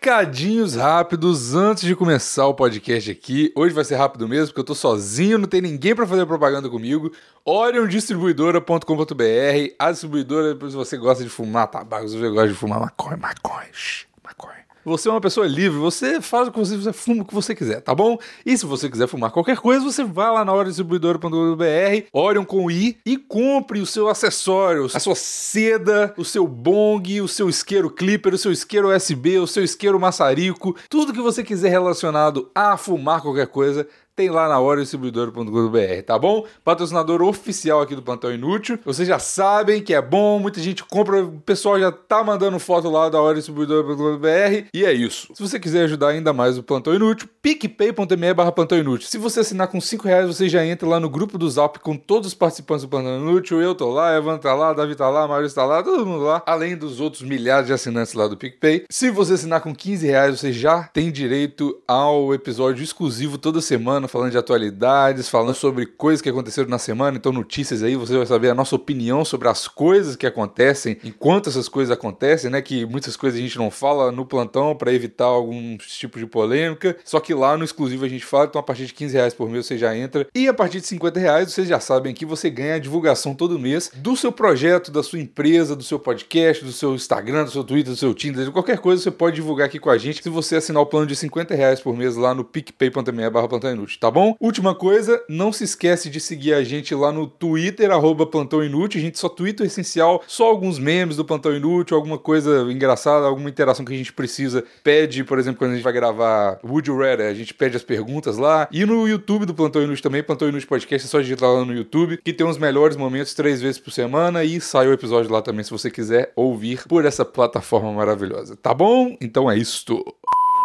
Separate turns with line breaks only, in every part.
Recadinhos rápidos antes de começar o podcast aqui. Hoje vai ser rápido mesmo, porque eu tô sozinho, não tem ninguém pra fazer propaganda comigo. Oriondistribuidora.com.br, a distribuidora, se você gosta de fumar tabaco, se você gosta de fumar maconha, maconha, shh, maconha. Você é uma pessoa livre, você faz o que você quiser, fuma o que você quiser, tá bom? E se você quiser fumar qualquer coisa, você vai lá na oriondistribuidora.com.br, Orion com I, e compre o seu acessório, a sua seda, o seu bong, o seu isqueiro clipper, o seu isqueiro USB, o seu isqueiro maçarico, tudo que você quiser relacionado a fumar qualquer coisa, tem lá na oriondistribuidora.com.br, tá bom? Patrocinador oficial aqui do Plantão Inútil. Vocês já sabem que é bom, muita gente compra, o pessoal já tá mandando foto lá da oriondistribuidora.com.br e é isso. Se você quiser ajudar ainda mais o Plantão Inútil, picpay.me barra Plantão Inútil. Se você assinar com 5 reais, você já entra lá no grupo do Zap com todos os participantes do Plantão Inútil. Eu tô lá, Evan tá lá, Davi tá lá, Maurício tá lá, todo mundo lá, além dos outros milhares de assinantes lá do PicPay. Se você assinar com 15 reais, você já tem direito ao episódio exclusivo toda semana falando de atualidades, falando sobre coisas que aconteceram na semana, então notícias aí, você vai saber a nossa opinião sobre as coisas que acontecem, enquanto essas coisas acontecem, né? Que muitas coisas a gente não fala no plantão para evitar algum tipo de polêmica, só que lá no exclusivo a gente fala, então a partir de 15 reais por mês você já entra, e a partir de 50 reais vocês já sabem que você ganha a divulgação todo mês do seu projeto, da sua empresa, do seu podcast, do seu Instagram, do seu Twitter, do seu Tinder, de qualquer coisa você pode divulgar aqui com a gente se você assinar o plano de 50 reais por mês lá no picpay.me barra tá bom? Última coisa, não se esquece de seguir a gente lá no Twitter, arroba Plantão Inútil. A gente só twitta o essencial, só alguns memes do Plantão Inútil, alguma coisa engraçada, alguma interação que a gente precisa. Pede, por exemplo, quando a gente vai gravar Would You Rather, a gente pede as perguntas lá. E no YouTube do Plantão Inútil também, Plantão Inútil Podcast, é só digitar lá no YouTube, que tem os melhores momentos três vezes por semana e sai o episódio lá também, se você quiser ouvir por essa plataforma maravilhosa, tá bom? Então é isto.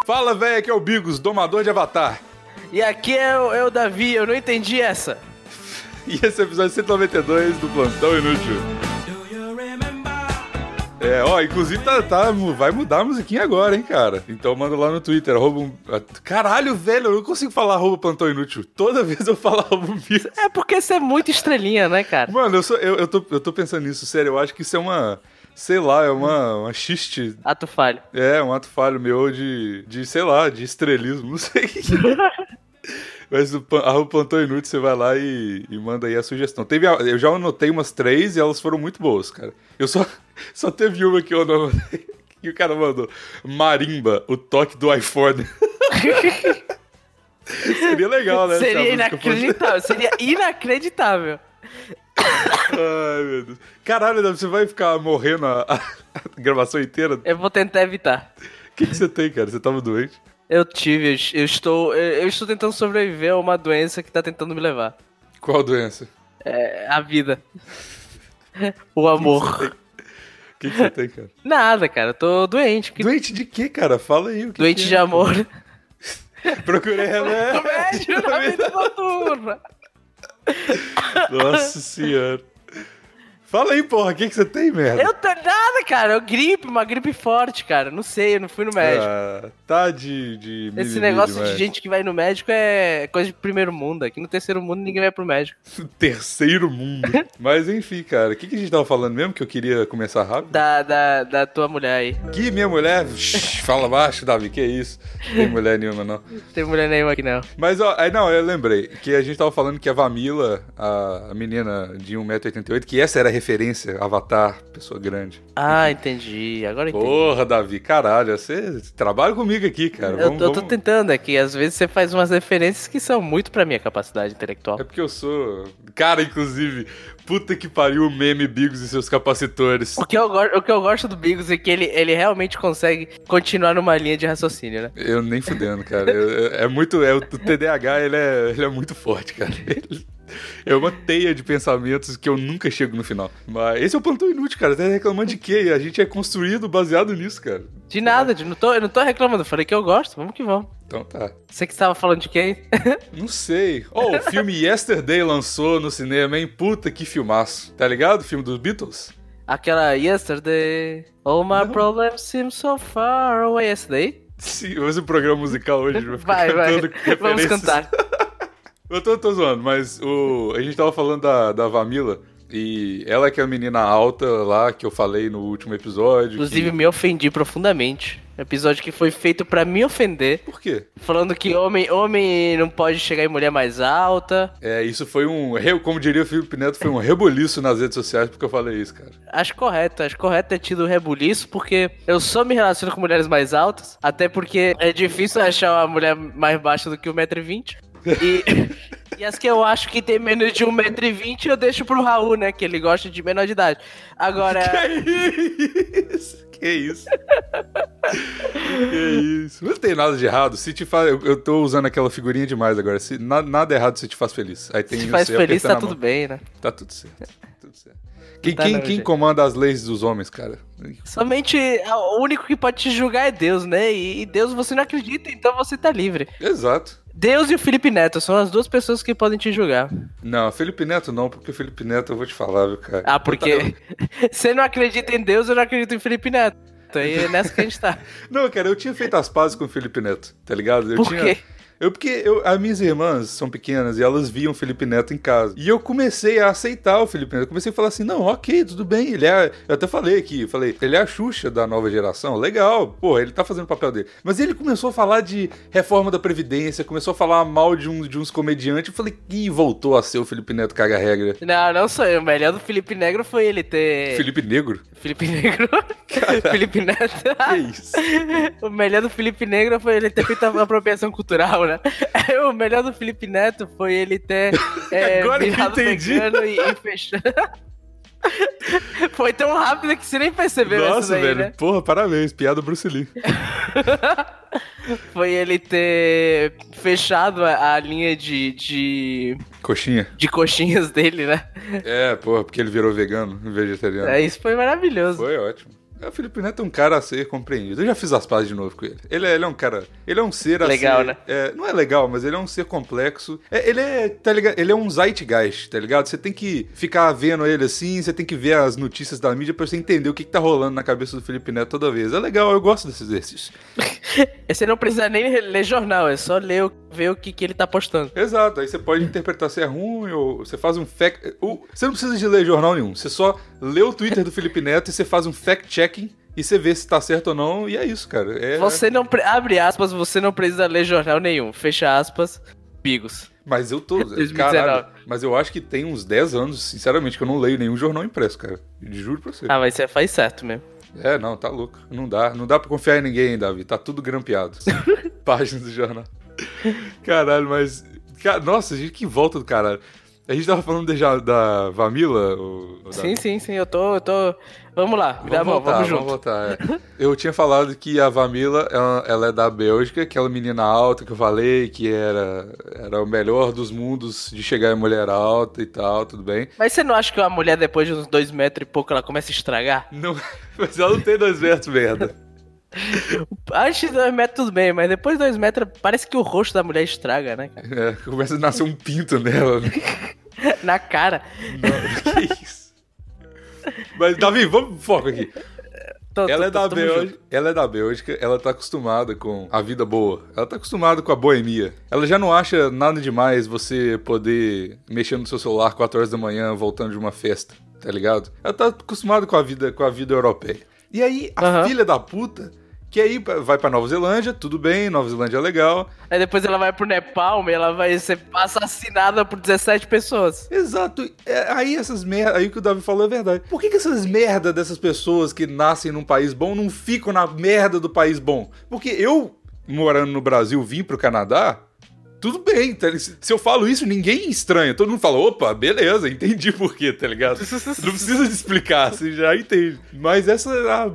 Fala, velho, aqui é o Bigos, domador de avatar.
E aqui é o, é o Davi, eu não entendi essa.
E esse é o episódio 192 do Plantão Inútil. É, ó, inclusive tá, tá- vai mudar a musiquinha agora, hein, cara. Então manda lá no Twitter, arroba um... Caralho, velho, eu não consigo falar arroba plantão inútil. Toda vez eu falo arroba bicho.
É porque você é muito estrelinha, né, cara?
Mano, eu, sou, eu, eu tô, eu tô pensando nisso, sério, eu acho que isso é uma... Sei lá, é uma, uma xiste,
Ato falho.
é um ato falho meu de, de sei lá, de estrelismo, não sei o que que é. Mas o pan- arroba plantão inútil, você vai lá e, e manda aí a sugestão. Teve, a- eu já anotei umas três e elas foram muito boas, cara. Eu só, só teve uma que eu não que o cara mandou. Marimba, o toque do iPhone. Seria legal, né? se a
seria
música fosse-
inacreditável, seria inacreditável.
Ai, meu Deus. Caralho, Davi, você vai ficar morrendo a, a- a gravação inteira?
Eu vou tentar evitar.
O que, que você tem, cara? Você tava doente?
Eu tive, eu, es- eu estou, eu, eu estou tentando sobreviver a uma doença que tá tentando me levar.
Qual doença?
É, a vida. o amor.
O que, que você tem, cara?
Nada, cara, eu tô doente. que-
Doente de quê, cara? Fala aí. O que
Doente
que
de amor.
É? Procurei remédio.
Médio na vida noturna.
Nossa senhora. Fala aí, porra. O que, que você tem, merda?
Eu tô nada, cara, eu gripe, uma gripe forte, cara. Não sei, eu não fui no médico.
Ah, tá de... de
Esse
mimimi
negócio de
demais.
gente que vai no médico é coisa de primeiro mundo. Aqui no terceiro mundo ninguém vai pro médico.
Terceiro mundo. Mas enfim, cara. O que, que a gente tava falando mesmo que eu queria começar rápido?
Da, da, da tua mulher aí.
Que minha mulher... Shhh, Fala baixo, Davi. Que isso? Não tem mulher nenhuma, não.
Não tem mulher nenhuma aqui, não.
Mas, ó, aí, não, eu lembrei que a gente tava falando que a Vamila, a, a menina de 1,88m, que essa era a referência, Avatar, pessoa grande.
Ah, entendi. Agora entendi.
Porra, Davi, caralho, você trabalha comigo aqui, cara.
eu,
Vamos,
tô- eu tô
vamos-
tentando aqui. Às vezes você faz umas referências que são muito pra minha capacidade intelectual.
É porque eu sou. Cara, inclusive, puta que pariu o meme Bigos e seus capacitores.
O que, eu, go- o que eu gosto do Bigos é que ele, ele realmente consegue continuar numa linha de raciocínio, né?
Eu nem fudendo, cara. Eu- eu- é muito. É, o TDAH, ele é, ele é muito forte, cara. Ele- é uma teia de pensamentos que eu nunca chego no final. Mas esse é o plantão inútil, cara. Tá reclamando de quê? A gente é construído baseado nisso, cara.
De nada, de, não tô, eu não tô reclamando. Eu falei que eu gosto, vamos que vamos.
Então tá.
Você que estava falando de quem?
Não sei. Oh, o filme Yesterday lançou no cinema, hein? Puta que filmaço. Tá ligado? O filme dos Beatles?
Aquela Yesterday. All my
Não.
problems seem so far away. Essa daí?
Sim, mas o programa musical hoje vai ficar
Vai, vai.
cantando
Vamos
referências.
cantar.
Eu tô, tô zoando, mas o, a gente tava falando da, da Vamila, E ela que é a menina alta lá que eu falei no último episódio.
Inclusive,
que...
me ofendi profundamente. Episódio que foi feito pra me ofender.
Por quê?
Falando que homem, homem não pode chegar em mulher mais alta.
É, isso foi um. re- Como diria o Felipe Neto, foi um reboliço nas redes sociais porque eu falei isso, cara.
Acho correto, acho correto ter tido rebuliço, porque eu só me relaciono com mulheres mais altas, até porque é difícil achar uma mulher mais baixa do que 1,20m. E, e as que eu acho que tem menos de 1,20m eu deixo pro Raul, né? Que ele gosta de menor de idade. Agora,
Que isso? Que isso? que isso? Não tem nada de errado. Se te faz. Eu, eu tô usando aquela figurinha demais agora. Se, na- nada errado se te faz feliz. Aí tem é
se
o
faz
você
feliz,
apertando
tá
a
tudo
mão.
bem, né?
Tá tudo certo. Tudo certo. Quem,
Tá
quem-
não,
quem
gente.
comanda as leis dos homens, cara?
Somente a- o único que pode te julgar é Deus, né? E, e Deus você não acredita, então você tá livre.
Exato.
Deus e o Felipe Neto são as duas pessoas que podem te julgar.
Não, Felipe Neto não, porque o Felipe Neto eu vou te falar, viu, cara?
Ah, porque você não acredita em Deus, eu não acredito em Felipe Neto. Aí é nessa que a gente tá.
Não, cara, eu tinha feito as pazes com o Felipe Neto, tá ligado? Eu
Por
tinha...
quê?
Eu, porque eu, as minhas irmãs são pequenas e elas viam o Felipe Neto em casa. E eu comecei a aceitar o Felipe Neto. Eu comecei a falar assim: não, ok, tudo bem. Ele é. Eu até falei aqui, eu falei, ele é a Xuxa da nova geração, legal, pô, ele tá fazendo o papel dele. Mas ele começou a falar de reforma da Previdência, começou a falar mal de, um, de uns comediantes. Eu falei, ih, voltou a ser o Felipe Neto caga-regra.
Não, não sou eu. O melhor do Felipe Negro foi ele ter.
Felipe Negro?
Felipe Negro. Felipe Neto.
Que isso?
o melhor do Felipe Negro foi ele ter feito a apropriação cultural, né? O melhor do Felipe Neto foi ele ter é,
Agora que eu
virado
entendi.
vegano e, e fechado. foi tão rápido que você nem percebeu
Nossa,
isso daí,
velho.
né?
Porra, parabéns. Piada Bruce Lee.
Foi ele ter fechado a, a linha de, de,
Coxinha.
de coxinhas dele, né?
É, porra, porque ele virou vegano, vegetariano.
É, isso foi maravilhoso.
Foi ótimo. É, O Felipe Neto é um cara a ser compreendido. Eu já fiz as pazes de novo com ele. Ele é, ele é um cara. Ele é um ser a
Legal,
ser-
né?
é, não é legal, mas ele é um ser complexo. É, ele é, tá ligado? Ele é um zeitgeist, tá ligado? Você tem que ficar vendo ele assim, você tem que ver as notícias da mídia pra você entender o que, que tá rolando na cabeça do Felipe Neto toda vez. É legal, eu gosto desse exercício.
Você não precisa nem ler jornal, é só ler, o- ver o que, que ele tá postando.
Exato, aí você pode interpretar se é ruim ou você faz um fact. ou- Você não precisa de ler jornal nenhum, você só lê o Twitter do Felipe Neto e você faz um fact-checking e você vê se tá certo ou não, e é isso, cara. É-
Você não. pre- Abre aspas, você não precisa ler jornal nenhum. Fecha aspas, Bigos.
Mas eu tô.
2019.
Caralho, mas eu acho que tem uns 10 anos, sinceramente, que eu não leio nenhum jornal impresso, cara. Eu Juro pra você.
Ah, mas você faz certo mesmo.
É, não, tá louco. Não dá. Não dá pra confiar em ninguém, Davi. Tá tudo grampeado. Páginas do jornal. Caralho, mas. ca- Nossa, gente, que volta do caralho. A gente tava falando de, ja- da Vamila? o- o da-
Sim, sim, sim, eu tô. Eu tô... Vamos lá, me dá a mão,
Tá. voltar,
vamos junto.
voltar, é. Eu tinha falado que a Vamila, ela, ela é da Bélgica, aquela menina alta que eu falei, que era, era o melhor dos mundos de chegar em mulher alta e tal, tudo bem.
Mas você não acha que uma mulher, depois de uns dois metros e pouco, ela começa a estragar?
Não, mas ela não tem dois metros, merda.
Antes de dois metros, tudo bem, mas depois de dois metros, parece que o rosto da mulher estraga, né, cara?
É, começa a nascer um pinto nela. né?
Na cara.
Não, que isso? Mas, Davi, vamos pro foco aqui.
Tô-
Ela
tô-
é, da
tô- tamo junto.
Bélgica, ela é da Bélgica, ela tá acostumada com a vida boa. Ela tá acostumada com a boemia. Ela já não acha nada demais você poder mexer no seu celular 4 horas da manhã voltando de uma festa, tá ligado? Ela tá acostumada com a vida, com a vida europeia. E aí, a
Aham.
filha da puta, que aí vai pra Nova Zelândia, tudo bem, Nova Zelândia é legal.
Aí depois ela vai pro Nepal e ela vai ser assassinada por 17 pessoas.
Exato. É, aí essas merda, aí o que o Davi falou é verdade. Por que, que essas merda dessas pessoas que nascem num país bom não ficam na merda do país bom? Porque eu, morando no Brasil, vim pro Canadá, tudo bem, tá? ligado? Se eu falo isso, ninguém estranha. Todo mundo fala, opa, beleza, entendi por quê, tá ligado? Não precisa de explicar, você já entende. Mas essa é a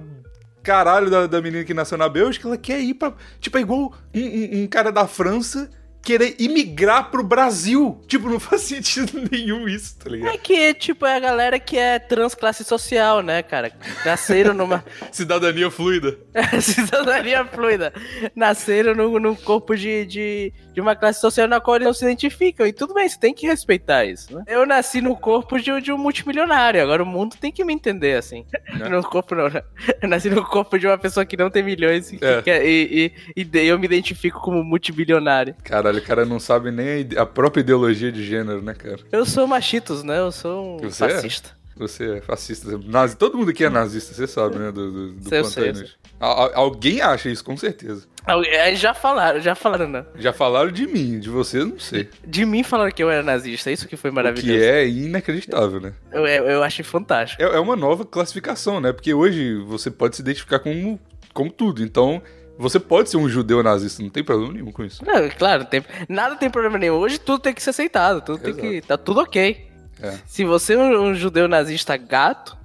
caralho da, da menina que nasceu na Bélgica, ela quer ir pra. Tipo, é igual um, um- um cara da França querer imigrar pro Brasil. Tipo, não faz sentido nenhum isso, tá ligado?
É que, tipo, é a galera que é trans classe social, né, cara? Nasceram numa
Cidadania fluida.
cidadania fluida. Nasceram num, num corpo de, de, de uma classe social na qual eles não se identificam. E tudo bem, você tem que respeitar isso, né? Eu nasci no corpo de, um- de um multimilionário. Agora o mundo tem que me entender, assim.
Né?
No corpo, não. né? Eu nasci no corpo de uma pessoa que não tem milhões e, que
É.
quer- e, e- e de- eu me identifico como multibilionário.
Cara, Caralho, o cara não sabe nem a ide- a própria ideologia de gênero, né, cara?
Eu sou machitos, né? Eu sou um
Você é?
fascista.
Você é fascista. Nazi. Todo mundo aqui é nazista, você sabe, né? Do, do, do
Sei, eu sei, eu
Pantanas. Al- al- alguém acha isso, com certeza.
Algu- Aí é, já falaram, já falaram, né?
Já falaram de mim, de você, eu não sei.
De mim falaram que eu era nazista, isso que foi
O
maravilhoso.
que é inacreditável, né?
eu, eu, eu achei fantástico.
É, é uma nova classificação, né? Porque hoje você pode se identificar com, com tudo. Então, você pode ser um judeu nazista, não tem problema nenhum com isso.
Não, é claro, tem, nada tem problema nenhum. Hoje tudo tem que ser aceitado, tudo tem
Exato.
que. Tá tudo ok.
É.
Se você é um, um judeu nazista gato,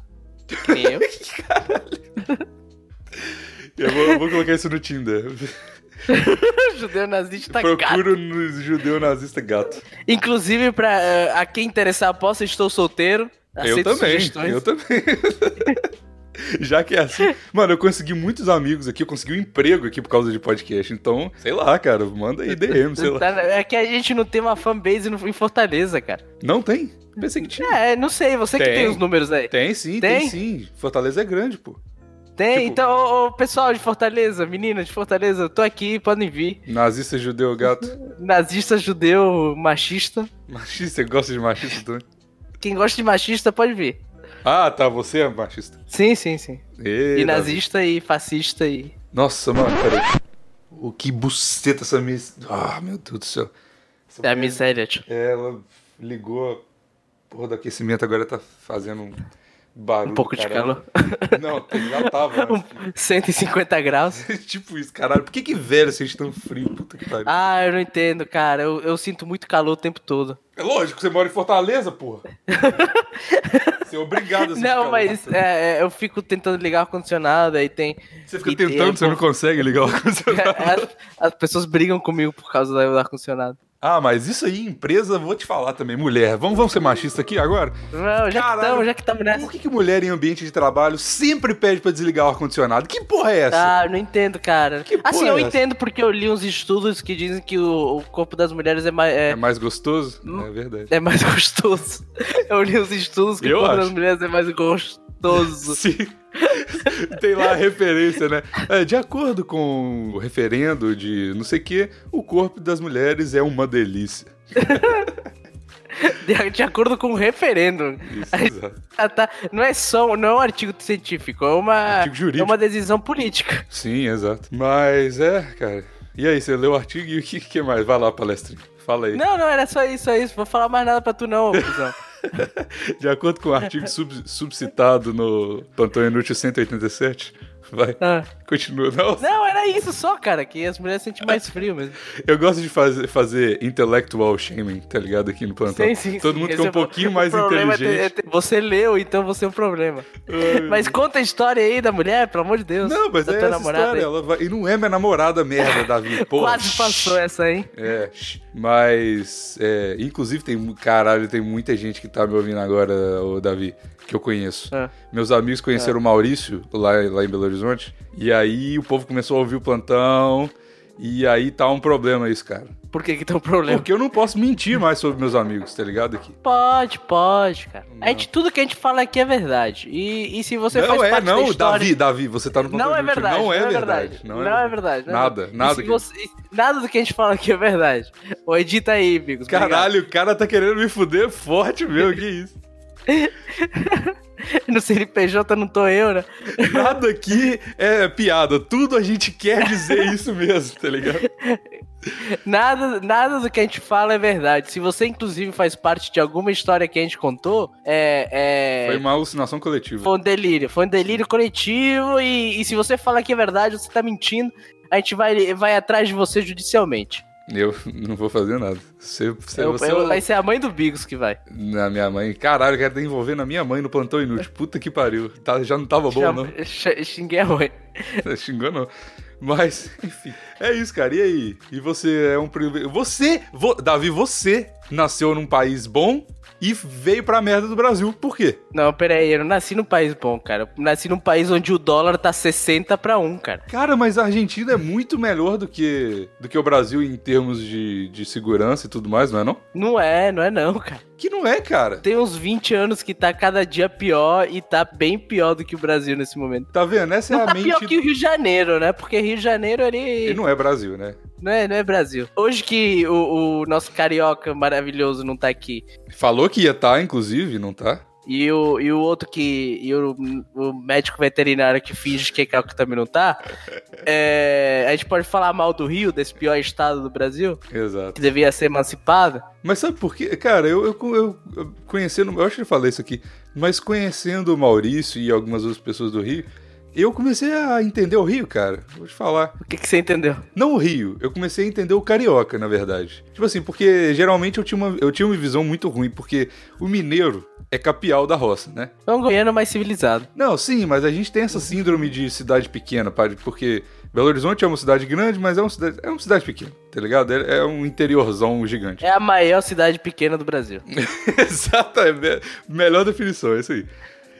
é? que nem eu,
Eu vou, eu vou colocar isso no Tinder.
Um judeu nazista Tá gato.
Procuro no judeu nazista gato.
Inclusive, pra, eh, a quem interessar a aposta, estou solteiro.
eu
aceito
também,
sugestões.
eu também. Já que é assim. Mano, eu consegui muitos amigos aqui, eu consegui um emprego aqui por causa de podcast. Então, sei lá, cara, manda aí DM, sei lá.
Tá- É que a gente não tem uma fanbase no- em Fortaleza, cara.
Não tem? Pensei que tinha.
É, não sei, você que
Tem.
tem os números aí.
Tem sim, tem,
Tem?
sim. Fortaleza é grande, pô.
Tem,
Tipo-
então, ô, ô, pessoal de Fortaleza, menina de Fortaleza, eu tô aqui, podem vir.
Nazista, judeu, gato.
Nazista, judeu, machista.
Machista, eu gosto de machista também.
Quem gosta de machista pode vir.
Ah, tá, você é machista.
Sim, sim, sim.
Ei, Davi.
E nazista e fascista e.
Nossa, mano, peraí. O que buceta essa miss. Ah, meu Deus do céu.
É a miséria, tio.
Ela ligou a porra do aquecimento, agora tá fazendo um barulho.
Um pouco
do
de
caralho.
calor.
Não, já tava. Né?
150 graus.
tipo isso, caralho. Por que que velho sente tão frio, puta que pariu?
Ah, eu não entendo, cara. Eu, eu sinto muito calor o tempo todo.
É lógico, você mora em Fortaleza, porra. você é obrigado a sentir
Não,
calor.
mas é, é, eu fico tentando ligar o ar-condicionado, aí tem.
Você fica
e tem-
tentando, você não consegue ligar o ar-condicionado.
As, as pessoas brigam comigo por causa do ar-condicionado.
Ah, mas isso aí, empresa, vou te falar também. Mulher, vamos, vamos ser machista aqui agora?
Não, já que
Caralho.
estamos, já que estamos nessa.
Por que, que mulher em ambiente de trabalho sempre pede pra desligar o ar-condicionado? Que porra é essa?
Ah, eu não entendo, cara.
Que porra
assim,
é
eu
essa?
entendo porque eu li uns estudos que dizem que o, o corpo das mulheres é mais, é,
É mais gostoso?
Hum.
É verdade.
é mais gostoso. É Eu li uns estudos que
Eu
o corpo
acho.
das mulheres é mais gostoso.
Sim. Tem lá a referência, né? É, de acordo com o referendo de não sei o quê, o corpo das mulheres é uma delícia.
De, de acordo com o referendo.
Isso, exato.
Ah, tá. Não é só não é um artigo científico, é uma,
Artigo jurídico.
é uma decisão política.
Sim, exato. Mas é, cara. E aí, você leu o artigo e o que, que mais? Vai lá, palestrinha. Fala aí.
Não, não, era só isso, é isso. Vou falar mais nada pra tu, não, ô, cuzão.
De acordo com o artigo sub- subcitado no Plantão Inútil 187, vai,
Ah.
continua. Não,
Não, era isso só, cara, que as mulheres sentem mais frio mesmo.
eu gosto de fazer, fazer intellectual shaming, tá ligado? Aqui no Plantão.
Sim, sim.
Todo
sim.
mundo que
Esse
é
o
um
pro-
pouquinho
o
mais
problema é ter-
inteligente.
é ter- você leu, então você é um problema. Mas conta a história aí da mulher, pelo amor de Deus.
Não, mas
da
é
tua
essa
namorada
história.
aí.
Ela vai... E não é minha namorada, merda, Davi. Porra.
Quase passou essa, hein?
É, mas, é, inclusive tem, mu- caralho, tem muita gente que tá me ouvindo agora, o Davi, que eu conheço.
Ah.
Meus amigos
É.
conheceram o Maurício lá, lá em Belo Horizonte, e aí o povo começou a ouvir o plantão, e aí tá um problema isso, cara.
Por que que tem um problema?
Porque eu não posso mentir mais sobre meus amigos, tá ligado aqui?
Pode, pode, cara. A gente, tudo que a gente fala aqui é verdade. E, e se você
não
faz
é,
parte da
não,
história...
Davi, Davi, você tá no plantão
Não é
inútil.
verdade,
não é verdade.
Não é verdade. não é
Nada,
verdade.
nada
E se
que-
você- e- Nada do que a gente fala aqui é verdade. Ô, edita aí, amigos. obrigado.
Caralho, o cara tá querendo me fuder forte meu, que isso?
No CNPJ não tô eu, né?
Nada aqui é piada, tudo a gente quer dizer isso mesmo, tá ligado?
Nada, nada do que a gente fala é verdade. Se você, inclusive, faz parte de alguma história que a gente contou, é. é-
Foi uma alucinação coletiva.
foi um delírio. Foi um delírio coletivo. E, e se você fala que é verdade, você tá mentindo. A gente vai, vai atrás de você judicialmente.
Eu não vou fazer nada. Você, você,
Eu-
você- é
eu- vai ser a mãe do Bigos que vai.
Na minha mãe. Caralho, quero envolver na minha mãe no plantão inútil. Puta que pariu. Tá- já não tava bom,
Chama-
não.
ch- Xinguei a mãe.
Xingou, não. Tá Mas, enfim. É isso, cara. E aí? E você é um privilégio. Você, vo- Davi, você nasceu num país bom e veio pra merda do Brasil. Por quê?
Não, peraí, eu não nasci num país bom, cara. Eu nasci num país onde o dólar tá 60 pra 1, cara.
Cara, mas a Argentina é muito melhor do que, do que o Brasil em termos de, de segurança e tudo mais, não é não?
Não é, não é não, cara.
Que não é, cara.
Tem uns 20 anos que tá cada dia pior e tá bem pior do que o Brasil nesse momento.
Tá vendo? Essa
Não
é a
tá
mente.
pior que o Rio de Janeiro, né? Porque Rio de Janeiro, ele...
E não é Brasil, né?
Não é, não é Brasil. Hoje que o, o nosso carioca maravilhoso não tá aqui,
Falou que ia estar, inclusive, não tá?
e o, e o outro que. E o, o médico veterinário que finge que é carioca também não tá, é, a gente pode falar mal do Rio, desse pior estado do Brasil,
Exato.
que devia ser emancipado.
Mas sabe por quê? Cara, eu, eu, eu- eu conhecendo. Eu acho que eu falei isso aqui. Mas conhecendo o Maurício e algumas outras pessoas do Rio, eu comecei a entender o Rio, cara. Vou te falar.
O que, que você entendeu?
Não o Rio, eu comecei a entender o carioca, na verdade. Tipo assim, porque geralmente eu tinha uma, eu tinha uma visão muito ruim, porque o mineiro é capial da roça, né?
É um goiano mais civilizado.
Não, sim, mas a gente tem essa síndrome de cidade pequena, padre, porque Belo Horizonte é uma cidade grande, mas é uma cidade, é uma cidade pequena, tá ligado? É, é um interiorzão gigante.
É a maior cidade pequena do Brasil.
Exatamente. é Melhor definição, é isso aí.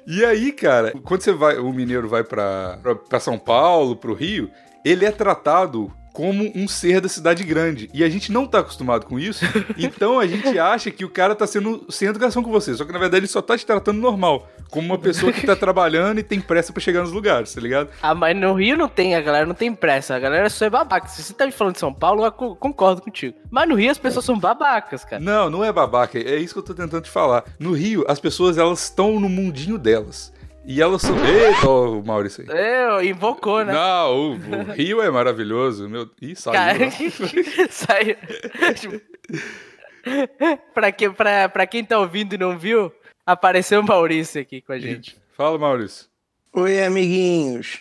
E aí, cara, quando você vai, o mineiro vai pra, pra, pra São Paulo, pro Rio, ele é tratado como um ser da cidade grande. E a gente não tá acostumado com isso, então a gente acha que o cara tá sendo sem educação com você. Só que na verdade ele só tá te tratando normal, como uma pessoa que tá trabalhando e tem pressa pra chegar nos lugares, tá ligado?
Ah, mas no Rio não tem, a galera não tem pressa. A galera só é babaca. Se você tá me falando de São Paulo, eu co- concordo contigo. Mas no Rio as pessoas são babacas, cara.
Não, não é babaca. É isso que eu tô tentando te falar. No Rio, as pessoas elas estão no mundinho delas. E elas são. Eita, ó, o Maurício aí.
Eu, invocou, né?
Não, o, o Rio é maravilhoso. Meu... Ih, saiu.
Cara,
né?
saiu. pra, que, pra, pra quem tá ouvindo e não viu, apareceu o Maurício aqui com a gente.
Fala, Maurício.
Oi, amiguinhos.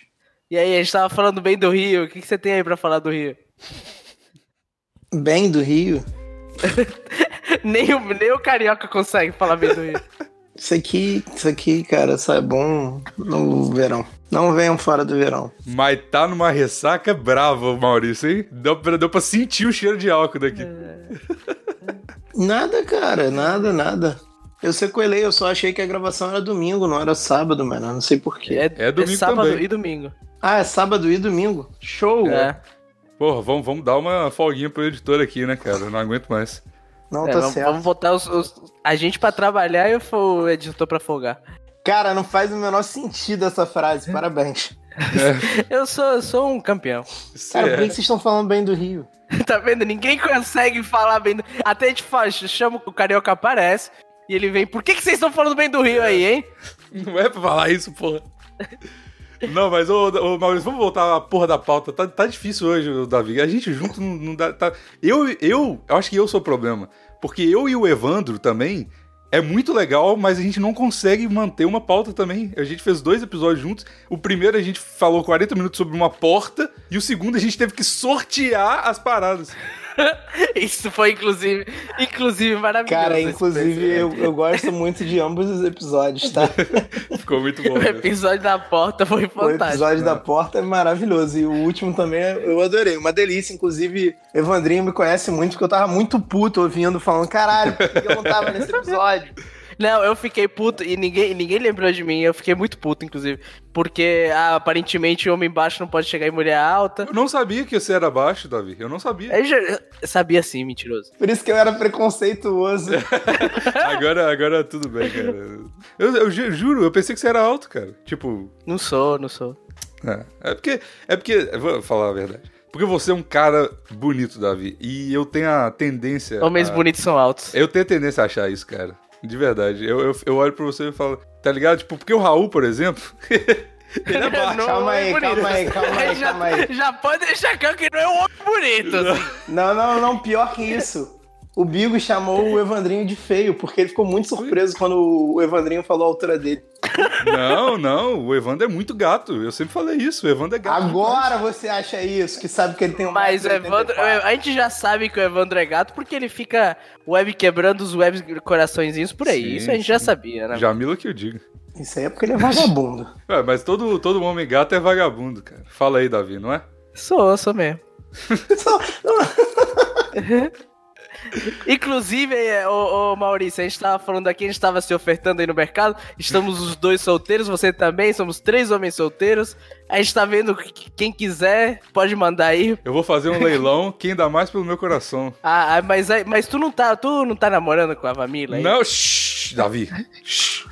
E aí, a gente tava falando bem do Rio. O que, que você tem aí pra falar do Rio?
Bem do Rio.
Nem o, nem o carioca consegue falar bem do Rio.
Isso aqui, isso aqui, cara, só é bom no verão. Não venham fora do verão.
Mas tá numa ressaca brava, o Maurício, hein? Deu pra, deu pra sentir o cheiro de álcool daqui.
É.
Nada, cara, nada, nada. Eu sequelei, eu só achei que a gravação era domingo, não era sábado, mano. eu Não sei porquê.
É domingo
sábado
também.
e domingo.
Ah, é sábado e domingo. Show!
É.
Porra, vamos, vamos dar uma folguinha pro editor aqui, né, cara? Eu não aguento mais.
Não
É,
tá
vamos,
certo.
vamos botar os, os- a gente pra trabalhar e o fo- o editor pra folgar.
Cara, não faz o menor sentido essa frase. Parabéns.
Eu sou, eu sou um campeão.
É, Isso
Cara, por que
é.
que vocês estão falando bem do Rio?
tá vendo? Ninguém consegue falar bem do... Até a gente fala, chama o carioca aparece e ele vem. Por que, que vocês estão falando bem do Rio aí, hein?
Não é pra falar isso, porra. Não, mas, ô, ô, Maurício, vamos voltar à porra da pauta. Tá, tá difícil hoje, ô, Davi. A gente junto não, não dá. tá- Eu, eu, eu acho que eu sou o problema. Porque eu e o Evandro também é muito legal, mas a gente não consegue manter uma pauta também. A gente fez dois episódios juntos. O primeiro a gente falou 40 minutos sobre uma porta. E o segundo a gente teve que sortear as paradas.
Isso foi, inclusive, inclusive maravilhoso.
Cara, é
esse
inclusive, eu,
pensamento.
eu gosto muito de ambos os episódios, tá?
Ficou muito bom.
O
Né?
episódio da porta foi
O
fantástico.
um
né?
episódio da porta é maravilhoso. E o último também é- eu adorei. Uma delícia. Inclusive, Evandrinho me conhece muito, porque eu tava muito puto ouvindo, falando: caralho, por que eu não tava nesse episódio?
Não, eu fiquei puto e ninguém, ninguém lembrou de mim. Eu fiquei muito puto, inclusive. Porque ah, aparentemente homem baixo não pode chegar em mulher alta.
Eu não sabia que você era baixo, Davi. Eu não sabia.
Eu, já, eu sabia sim, mentiroso.
Por isso que eu era preconceituoso.
Agora, agora tudo bem, cara. Eu, eu ju- juro, eu pensei que você era alto, cara. Tipo,
Não sou, não sou.
é, é porque. É porque. eu Vou falar a verdade. Porque você é um cara bonito, Davi. E eu tenho a
É,
tendência.
Homens
ah.
a-
bonitos são altos.
Eu tenho a tendência a achar isso, cara. De verdade. Eu, eu, eu olho pra você e falo, tá ligado? Tipo, porque o Raul, por exemplo. ele é baixo.
Não,
calma
é
aí,
bonito.
calma aí, calma aí,
já,
calma aí.
já pode deixar claro que não é um homem bonito. assim.
Não, não, não, pior que isso. O Bigo chamou o Evandrinho de feio, porque ele ficou muito surpreso quando o Evandrinho falou a altura dele.
Não, não. O Evandro é muito gato. Eu sempre falei isso. O Evandro é gato.
Agora você acha isso, que sabe que ele tem um.
Mas o Evandro, a gente já sabe que o Evandro é gato porque ele fica web quebrando os web coraçõezinhos por aí.
Sim,
Isso a gente já sabia, né?
Jamila que eu digo.
Isso aí é porque ele é vagabundo.
Ué, mas todo, todo homem gato é vagabundo, cara. Fala aí, Davi, não é?
Sou, sou mesmo.
Só-
Inclusive, é, ô, ô, Maurício, a gente tava falando aqui, a gente tava se ofertando aí no mercado. Estamos os dois solteiros, você também, somos três homens solteiros. A gente tá vendo que quem quiser pode mandar aí.
Eu vou fazer um leilão, quem dá mais pelo meu coração.
Ah, ah, mas, aí- mas tu não tá, tu não tá namorando com a Vamila aí?
Não, shh, Davi. shh.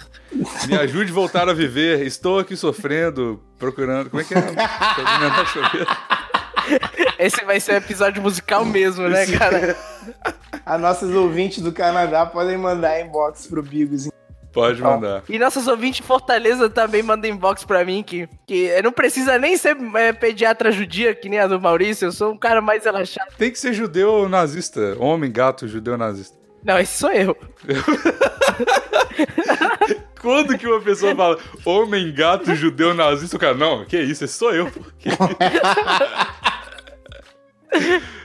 Me ajude a voltar a viver. Estou aqui sofrendo, procurando. Como é que é? Procurando a chover.
Esse vai ser um episódio musical mesmo, né, cara?
A nossos ouvintes do Canadá podem mandar inbox pro Bigos.
Pode mandar.
E nossos ouvintes de Fortaleza também mandam inbox pra mim que, que não precisa nem ser é, pediatra judia, que nem a do Maurício. Eu sou um cara mais relaxado.
Tem que ser judeu nazista. Homem, gato, judeu nazista.
Não, esse sou eu.
Quando que uma pessoa fala homem, gato, judeu nazista, o cara, não, que isso, esse sou eu. pô."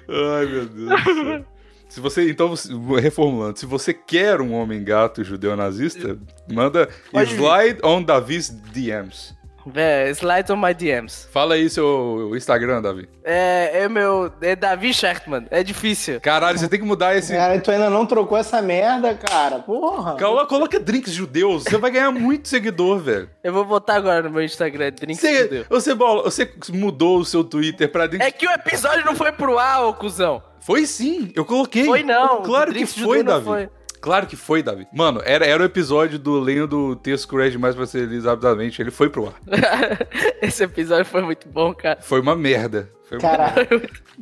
Ai, meu Deus. do céu. Se você, então, você- reformulando, se você quer um homem gato judeu nazista, manda
Pode vir.
slide on Davi's DMs.
Vé, slide on my DMs.
Fala aí seu Instagram, Davi.
É, é meu. É Davi Shertman. É difícil.
Caralho, você tem que mudar esse.
Cara, tu ainda não trocou essa merda, cara. Porra.
Calma, coloca drinks judeus. Você vai ganhar muito seguidor, velho.
Eu vou botar agora no meu Instagram, Drink
Você, você, bola, você mudou o seu Twitter pra drinks.
É que o episódio não foi pro ar, ô cuzão.
Foi sim, eu coloquei.
Foi não,
Claro
o
que
Drinks
foi,
Judeu não
Davi.
foi.
Claro que foi, Davi. Mano, era, era o episódio do Lenho do Texto Cruel Demais pra Ser Lido Rapidamente. Ele foi pro ar.
Esse episódio foi muito bom, cara.
Foi uma merda. Foi uma-
Cara,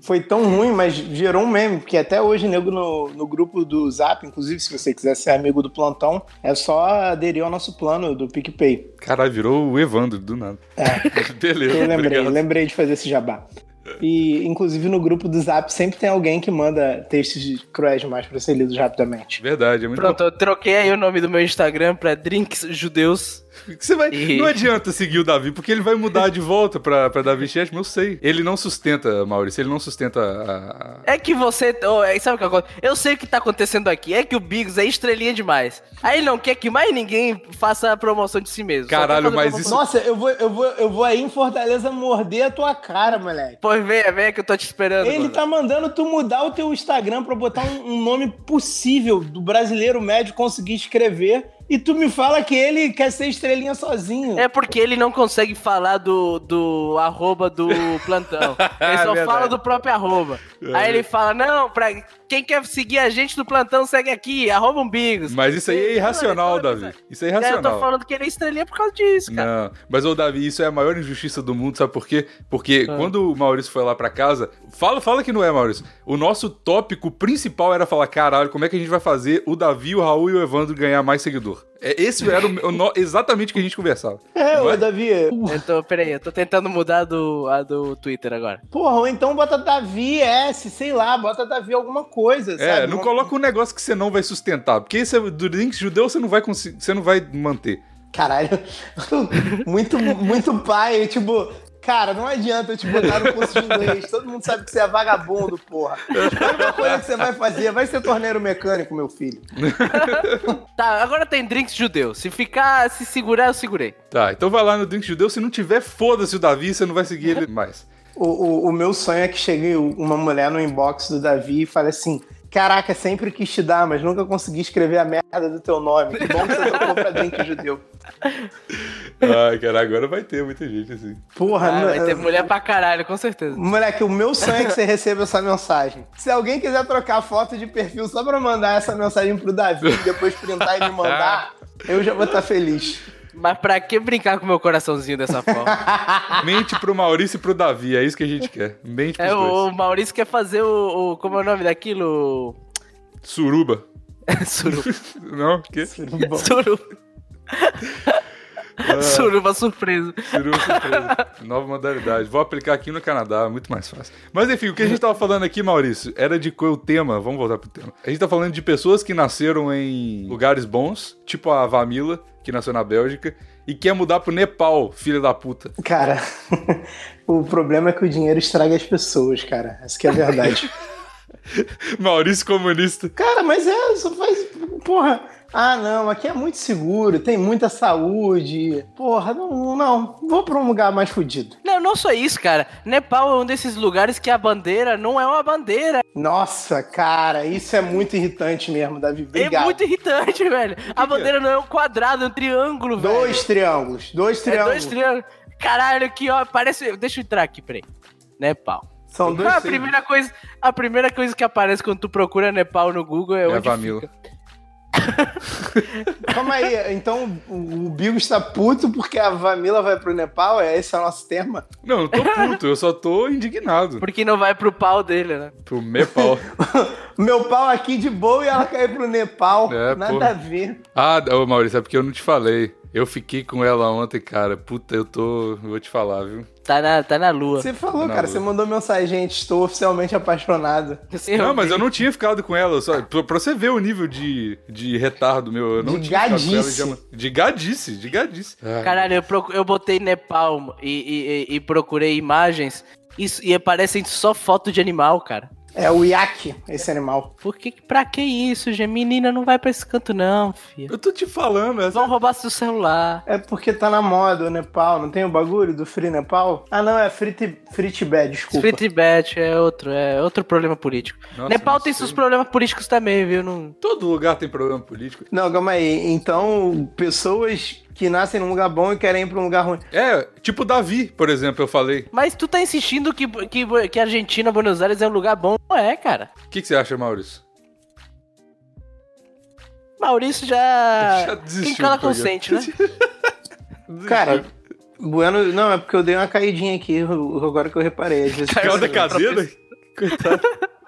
foi tão ruim, mas gerou um meme, porque até hoje, nego, no, no grupo do Zap, inclusive, se você quiser ser amigo do plantão, é só aderir ao nosso plano do PicPay.
Caralho, virou o Evandro do nada. Beleza,
É. Eu lembrei, eu
obrigado.
lembrei de fazer esse jabá. E, inclusive, no grupo do Zap sempre tem alguém que manda textos de cruéis demais pra ser lidos rapidamente.
Verdade, é muito
Pronto, eu troquei aí o nome do meu Instagram pra Drinks Judeus.
bom. Você vai-
E-
Não adianta seguir o Davi, porque ele vai mudar de volta pra, pra Davi Chetman, eu sei. Ele não sustenta, Maurício, ele não sustenta a... a-
É que você. ô, é, sabe o que acontece? Eu sei o que tá acontecendo aqui. É que o Biggs é estrelinha demais. Aí ele não quer que mais ninguém faça a promoção de si mesmo. Só quer
Caralho,
fazer
mas
promoção-
Isso-
Nossa, eu vou, eu, vou, eu vou aí em Fortaleza morder a tua cara, moleque.
Pois venha, venha que eu tô te esperando.
Ele
mano.
tá mandando tu mudar o teu Instagram pra botar um, um nome possível do brasileiro médio conseguir escrever. E tu me fala que ele quer ser estrelinha sozinho.
É porque ele não consegue falar do, do arroba do plantão. Ele só
É Verdade. É
fala do próprio arroba. Aí ele fala, não, pra quem quer seguir a gente do plantão, segue aqui, arroba um umbigos.
Mas isso aí é irracional, Davi. Isso é
É, eu tô
irracional.
falando que ele é estrelinha por causa disso, cara.
Não, mas ô Davi, isso é a maior injustiça do mundo, sabe por quê? Porque
Ah.
quando o Maurício foi lá pra casa, fala, fala que não é, Maurício. O nosso tópico principal era falar, caralho, como é que a gente vai fazer o Davi, o Raul e o Evandro ganhar mais seguidor? É, esse era o, o no- exatamente o que a gente conversava.
É,
Não
ô
é?
Davi.
Eu tô, peraí, eu tô tentando mudar do, a do Twitter agora.
Porra, ou então bota Davi S, sei lá, bota Davi alguma coisa,
É,
sabe?
não coloca um negócio que você não vai sustentar, porque esse é do Links judeu você não vai conseguir, você não vai manter.
Caralho, muito, muito pai, tipo... Cara, não adianta eu te botar no curso de inglês. Todo mundo sabe que você é vagabundo, porra. A única coisa que você vai fazer é vai ser torneiro mecânico, meu filho.
Tá, agora tem drinks judeu. Se ficar, se segurar, eu segurei.
Tá, então vai lá no Drink Judeu, se não tiver, foda-se o Davi, você não vai seguir ele mais.
O, o- o meu sonho é que chegue uma mulher no inbox do Davi e fale assim: Caraca, sempre quis te dar, mas nunca consegui escrever a merda do teu nome. Que bom que você trocou pra drink judeu.
Ai, cara, agora vai ter muita gente assim.
Porra,
Ah,
não.
vai ter mulher pra caralho, com certeza.
Moleque, o meu sonho é que você receba essa mensagem. Se alguém quiser trocar foto de perfil só pra mandar essa mensagem pro Davi e depois printar e me mandar, eu já vou estar feliz.
Mas pra que brincar com meu coraçãozinho dessa forma?
Mente pro Maurício e pro Davi, é isso que a gente quer. Mente pros
é, o
dois.
Maurício quer fazer o, o- Como é o nome daquilo?
Suruba.
Suruba.
Não? Que?
Bom, Ah.
Suruba. Suruba surpresa.
Suruba surpresa. Nova modalidade. Vou aplicar aqui no Canadá, muito mais fácil. Mas enfim, o que a gente tava falando aqui, Maurício, era de qual o tema. Vamos voltar pro tema. A gente tá falando de pessoas que nasceram em lugares bons, tipo a Vamila, que nasceu na Bélgica, e quer mudar pro Nepal, filha da puta.
Cara, o problema é que o dinheiro estraga as pessoas, cara. Essa que é a verdade.
Maurício comunista.
Cara, mas é, só faz. Porra. Ah, não, aqui é muito seguro, tem muita saúde. Porra, não, não. Vou pra um lugar mais fudido.
Não, não só isso, cara. Nepal é um desses lugares que a bandeira não é uma bandeira.
Nossa, cara, isso é muito irritante mesmo, Davi. Obrigado.
É muito irritante, velho. A bandeira não é um quadrado, é um triângulo, velho.
Dois triângulos, dois
É
triângulos.
dois
um-
triângulos. Caralho, que ó, parece. Deixa eu entrar aqui, peraí. Nepal.
São dois
Ah, a,
triângulos.
primeira coisa, a primeira coisa que aparece quando tu procura Nepal no Google é,
É a
onde
Vamila.
fica.
Calma aí, então o Bigo está puto porque a Vamila vai pro Nepal? É esse é o nosso tema?
Não, eu tô puto, eu só tô indignado.
Porque não vai pro pau dele, né?
Pro Nepal.
Meu pau aqui de boa e ela caiu pro Nepal.
É,
Nada
pô.
a ver.
Ah, ô Maurício, é porque eu não te falei. Eu fiquei com ela ontem, cara. Puta, eu tô. eu Vou te falar, viu?
Tá na, tá na lua.
Você
Não,
falou, cara,
eu-
você mandou mensagem, gente, estou oficialmente apaixonado.
Você-
não, mas eu não tinha ficado com ela. Só, pra, pra você ver o nível de, de retardo meu, eu não
De
tinha ficado com ela. e
gadice.
já- De gadice, de gadice. Ah,
Caralho, eu, procu- eu botei Nepal e, e- e- e procurei imagens isso, e aparecem só foto de animal, cara.
É o iaque, esse animal.
Por que, que- pra que isso, gente? Menina, não vai pra esse canto não, filho.
Eu tô te falando, é essa...
Vão roubar seu celular.
É porque tá na moda o Nepal, não tem o bagulho do Free Nepal? Ah, não, é Free, Ti- free Tibet, desculpa.
Street Bet é outro, é outro problema político.
Nossa,
Nepal
não
tem
sei.
seus problemas políticos também, viu? Não...
todo lugar tem problema político.
Não, calma aí. Então, pessoas que nascem num lugar bom e querem ir pra um lugar ruim.
É, tipo Davi, por exemplo, eu falei.
Mas tu tá insistindo que, que, que a Argentina, Buenos Aires é um lugar bom? Não é, cara.
O que, que você acha, Maurício?
Maurício já.
Já desistiu
Ah,
um
Quem cala
do programa.
consente, né?
Cara, Bueno, não, é porque eu dei uma caidinha aqui eu- agora que eu reparei. Às vezes-
Caiu da cadeira? Coitado.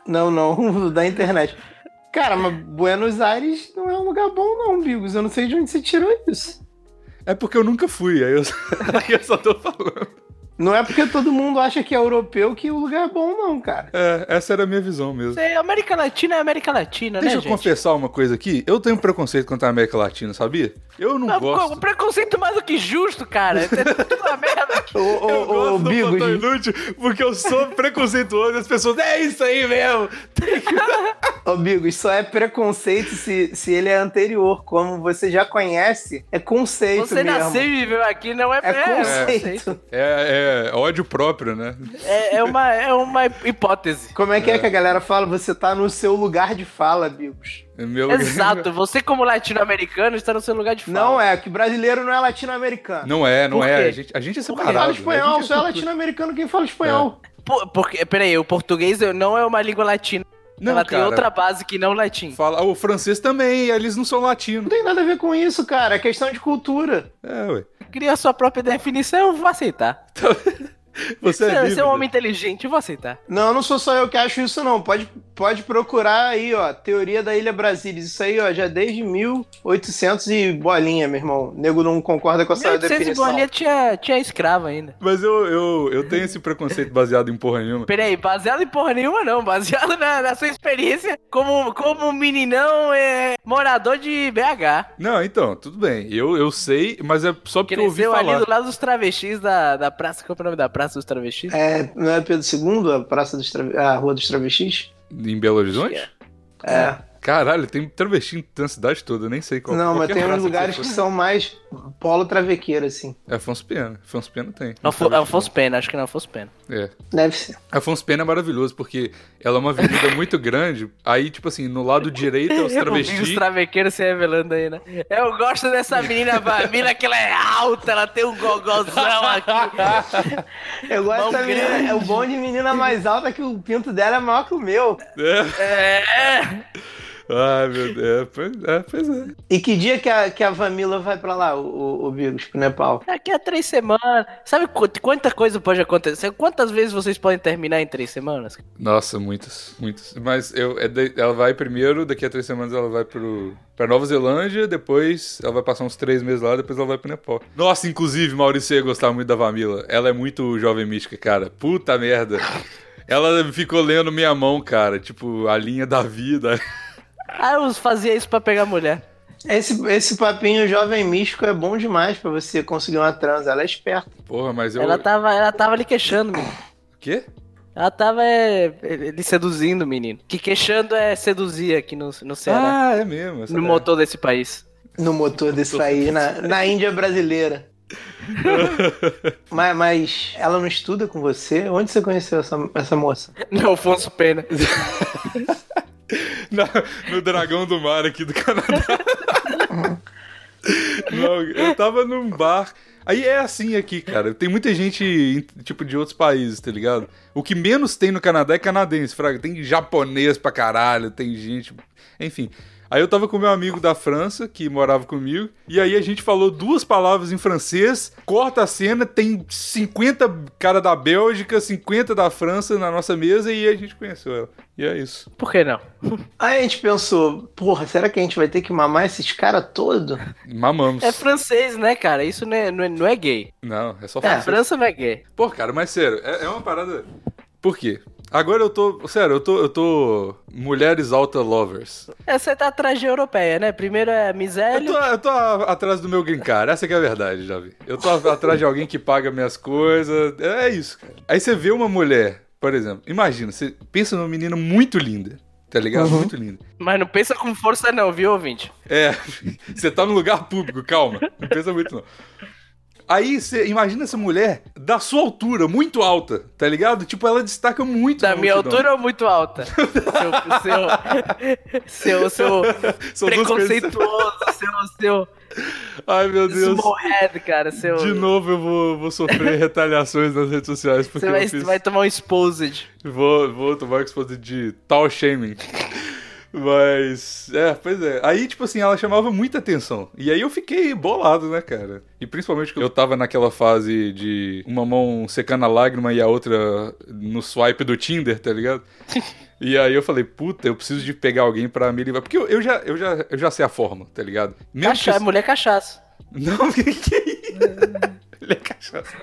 Não, não, da internet. Cara, mas Buenos Aires não é um lugar bom, não, Bigos. Eu não sei de onde você tirou isso.
É porque eu nunca fui, aí eu, aí eu só tô falando.
Não é porque todo mundo acha que é europeu que o lugar é bom, não, cara.
É, essa era a minha visão mesmo.
Você- América Latina é América Latina,
Deixa
né,
eu
gente?
confessar uma coisa aqui. Eu tenho preconceito contra a América Latina, sabia? Eu não
Não,
um gosto.
co- preconceito mais do que justo, cara. Isso É tudo uma merda.
Ô, ô,
Eu
ô,
gosto do
Bigos,
plantão inútil porque eu sou preconceituoso e as pessoas. É isso aí mesmo!
ô, Bigos, só é preconceito se, se ele é anterior. Como você já conhece, é conceito
Você
mesmo.
nasceu e viveu aqui, não é
É
preconceito.
conceito.
É, é ódio próprio, né?
É, é uma, é uma hipótese.
Como é que é. que a galera fala? Você tá no seu lugar de fala, Bigos.
É Meu...
Exato, você como latino-americano está no seu lugar de fala.
Não é, que brasileiro não é latino-americano.
Não é, não
Por
é.
quê?
A gente, a gente é
Quem fala
separado. né? A
espanhol,
gente
só é latino-americano quem fala espanhol.
Por, porque, peraí, o português não é uma língua latina.
Não,
Ela
cara.
tem outra base que não latim.
Fala, o francês também, eles não são
Não
latinos.
tem nada a ver com isso, cara. É questão de cultura.
É, ué.
Cria sua própria definição, eu vou aceitar.
Você é,
Você-
livre,
você é um
né?
homem inteligente, eu vou aceitar.
Não, não sou só eu que acho isso, não. Pode, pode procurar aí, ó. Teoria da Ilha Brasília. Isso aí, ó, já desde 1800 e bolinha, meu irmão. O nego não concorda com essa
1800 e
definição.
bolinha tinha, tinha escravo ainda.
Mas eu, eu, eu tenho esse preconceito baseado em porra nenhuma.
Peraí, baseado em porra nenhuma não, baseado na, na sua experiência como, como um meninão é, morador de BH.
Não, então, tudo bem. Eu, eu sei, mas é só porque eu ouvi
Cresceu ali
falar.
do lado dos travestis da, da praça, qual é o nome da praça dos travestis?
É, não é Pedro II, a Praça dos Trave- a Rua dos Travestis?
Em Belo Horizonte?
Acho
É.
Caralho, tem travesti na cidade toda, eu nem sei qual
Não, mas
qualquer
tem uns
praça
lugares
você
que
for.
são mais polo travequeiro, assim.
É Afonso Pena. Afonso Pena tem.
Alfo-
Travesti.
Alfonso Pena, acho que não, Alfonso Pena.
É.
Deve ser.
Afonso Pena é maravilhoso, porque ela é uma avenida muito grande. Aí, tipo assim, no lado direito é os
Os
travestis.
travequeiros se revelando aí, né? Eu gosto dessa menina Vamila, que ela é alta, ela tem um gogozão aqui.
Eu gosto
Mão
da menina.
grande.
É o bom de menina mais alta que o pinto dela é maior que o meu.
É.
É,
Ai, meu Deus. É, pois é. Pois é.
E que dia que a, que a Vamila vai pra lá, o, o, o Bigos, pro Nepal?
daqui a três semanas. Sabe quant- quanta coisa pode acontecer? Quantas vezes vocês podem terminar em três semanas?
Nossa, muitas, muitas. Mas eu, é de- ela vai primeiro, daqui a três semanas ela vai pro, pra Nova Zelândia, depois ela vai passar uns três meses lá, depois ela vai pro Nepal. Nossa, inclusive, Maurício, eu ia gostar muito da Vamila. Ela é muito jovem mística, cara. Puta merda. Ela ficou lendo minha mão, cara. Tipo, a linha da vida.
Ah, eu fazia isso pra pegar mulher.
Esse, esse papinho jovem místico é bom demais pra você conseguir uma transa. Ela é esperta.
Porra, mas eu.
Ela, tá- tava, ela tava ali queixando, menino.
O quê?
Ela tava é, ele seduzindo, menino. Que queixando é seduzir aqui no, no Ceará.
Ah, é mesmo. essa-
no motor desse país.
No motor desse país, na, na Índia brasileira. mas, mas ela não estuda com você? Onde você conheceu essa, essa moça?
No Alfonso Pena.
Na- no Dragão do Mar aqui do Canadá. Não, eu tava num bar. Aí é assim aqui, cara. Tem muita gente, tipo, de outros países, tá ligado? O que menos tem no Canadá é canadense, fraga. Tem japonês pra caralho, tem gente. Enfim. Aí eu tava com meu amigo da França, que morava comigo, e aí a gente falou duas palavras em francês, corta a cena, tem 50 cara da Bélgica, 50 da França na nossa mesa, e a gente conheceu ela. E é isso.
Por que não?
Aí a gente pensou, porra, será que a gente vai ter que mamar esses caras todo?
Mamamos.
É francês, né, cara? Isso não é, não é, não é gay.
Não, é só
É, a
francês.
França não é gay.
Pô, cara, mas sério, é, é uma parada. Por quê? Agora eu tô. Sério, eu tô. Eu tô. Mulheres alta lovers.
É, você tá atrás de europeia, né? Primeiro é
Eu
miséria.
tô, eu tô a- atrás do meu green card, essa que é a verdade, Javi. Eu tô a- atrás de alguém que paga minhas coisas. É isso, cara. Aí você vê uma mulher, por exemplo, imagina, você pensa numa menina muito linda, tá ligado? Muito linda.
Mas não pensa com força não, viu, ouvinte?
É, você tá no lugar público, calma. Não pensa muito, não. Aí você imagina essa mulher da sua altura, muito alta, tá ligado? Tipo, ela destaca muito. na
Da minha
multidão.
altura ou muito alta? seu, seu, seu, seu
São duas coisas-
preconceituoso, seu,
Ai, meu
seu
Deus.
smallhead, cara, seu...
De novo eu vou, vou sofrer retaliações nas redes sociais porque
Você vai,
eu fiz.
vai tomar um exposed.
Vou, vou tomar exposto de tal shaming. Mas, é, pois é. Aí, tipo assim, ela chamava muita atenção. E aí eu fiquei bolado, né, cara? E principalmente que eu tava naquela fase de uma mão secando a lágrima e a outra no swipe do Tinder, tá ligado? E aí eu falei, puta, eu preciso de pegar alguém pra me livrar. Porque eu, eu já, eu, já, eu já sei a forma, tá ligado? Mesmo que-
Cachaça, mulher cachaça.
não, que que é isso? Ele é cachaça.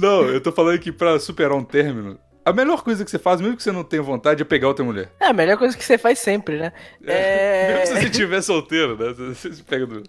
Não, eu tô falando que pra superar um término, a melhor coisa que você faz, mesmo que você não tenha vontade, é pegar outra mulher.
É a melhor coisa que você faz sempre, né? É...
Mesmo se você estiver solteiro, né? Você você pega do...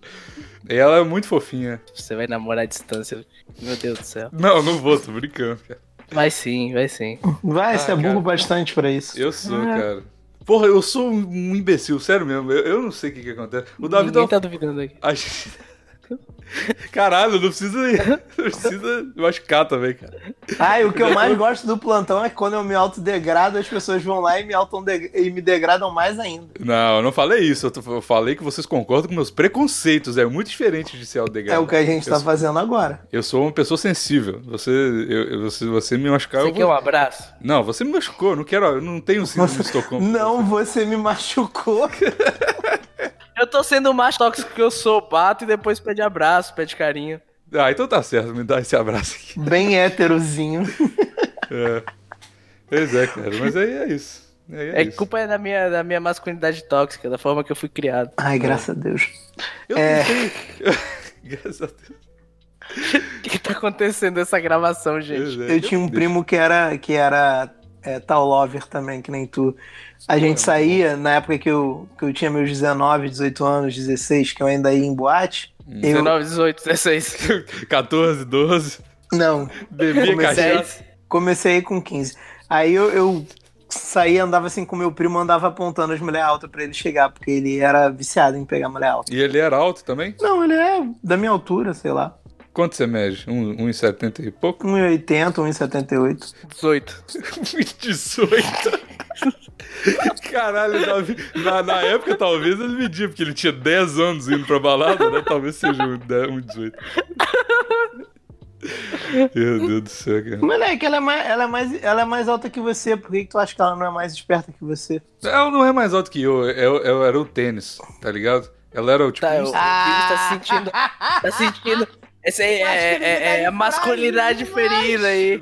E ela é muito fofinha.
Você vai namorar à distância. Meu Deus do céu.
Não, não vou, tô brincando, cara.
Vai sim, vai sim.
Vai, você é
Ah, cara.
burro bastante pra isso.
Eu
Ah.
sou, cara. Porra, eu sou um imbecil, sério mesmo. Eu, eu não sei o que que acontece. O Davi
Ninguém
tá...
tá duvidando aqui.
A gente- Caralho, não precisa, não precisa machucar também, cara.
Ah, e o que eu mais gosto do plantão é que quando eu me autodegrado, as pessoas vão lá e me, autode- e me degradam mais ainda.
Não, eu não falei isso. Eu, tô- eu falei que vocês concordam com meus preconceitos. É muito diferente de ser
É
autodegradado.
o que a gente
eu,
tá fazendo agora.
eu sou uma pessoa sensível. Você, eu, eu- você, você me machucar,
Você
eu
quer
vou...
um abraço?
Não, você me machucou. Eu não quero. Eu não tenho síndrome de Estocolmo.
Não, você me machucou.
Eu tô sendo o mais tóxico que eu sou. Bato e depois pede abraço, pede carinho.
Ah, então tá certo. Me dá esse abraço aqui.
Bem héterozinho.
É. Pois é, cara. Mas aí é isso. Aí é
É
isso.
culpa é da minha, da minha masculinidade tóxica, da forma que eu fui criado.
Ai, graças a Deus.
Eu
É.
tentei. Graças a Deus.
O que, que tá acontecendo nessa gravação, gente?
Pois é.
Eu tinha um primo que era, que era é, tal lover também, que nem tu. A
é
gente saía, na época que eu, que eu tinha meus 19, 18 anos, 16, que eu ainda ia em boate.
Hum.
Eu,
19, 18, 16,
14, 12.
não,
Bebia
Comecei.
cachaça.
10.
comecei aí com 15. Aí eu, eu saía, andava assim com meu primo, andava apontando as mulheres altas pra ele chegar, porque ele era viciado em pegar mulher alta.
E ele era alto também?
Não, ele é da minha altura, sei lá.
Quanto você mede? 1,70 e pouco?
1,80, 1,78.
18.
18. Caralho, Davi. Na, na época talvez ele media, porque ele tinha 10 anos indo pra balada, né? Talvez seja um, de- um 18. Meu Deus do céu, cara.
Moleque, ela é, mais, ela, é mais, ela é mais alta que você, por que, que tu acha que ela não é mais esperta que você?
Ela não é mais alta que eu, eu, eu era o tênis, tá ligado? Ela era o tipo.
Tá,
um-
eu, tá sentindo. Tá sentindo. Essa aí é, é, é a masculinidade ferida aí.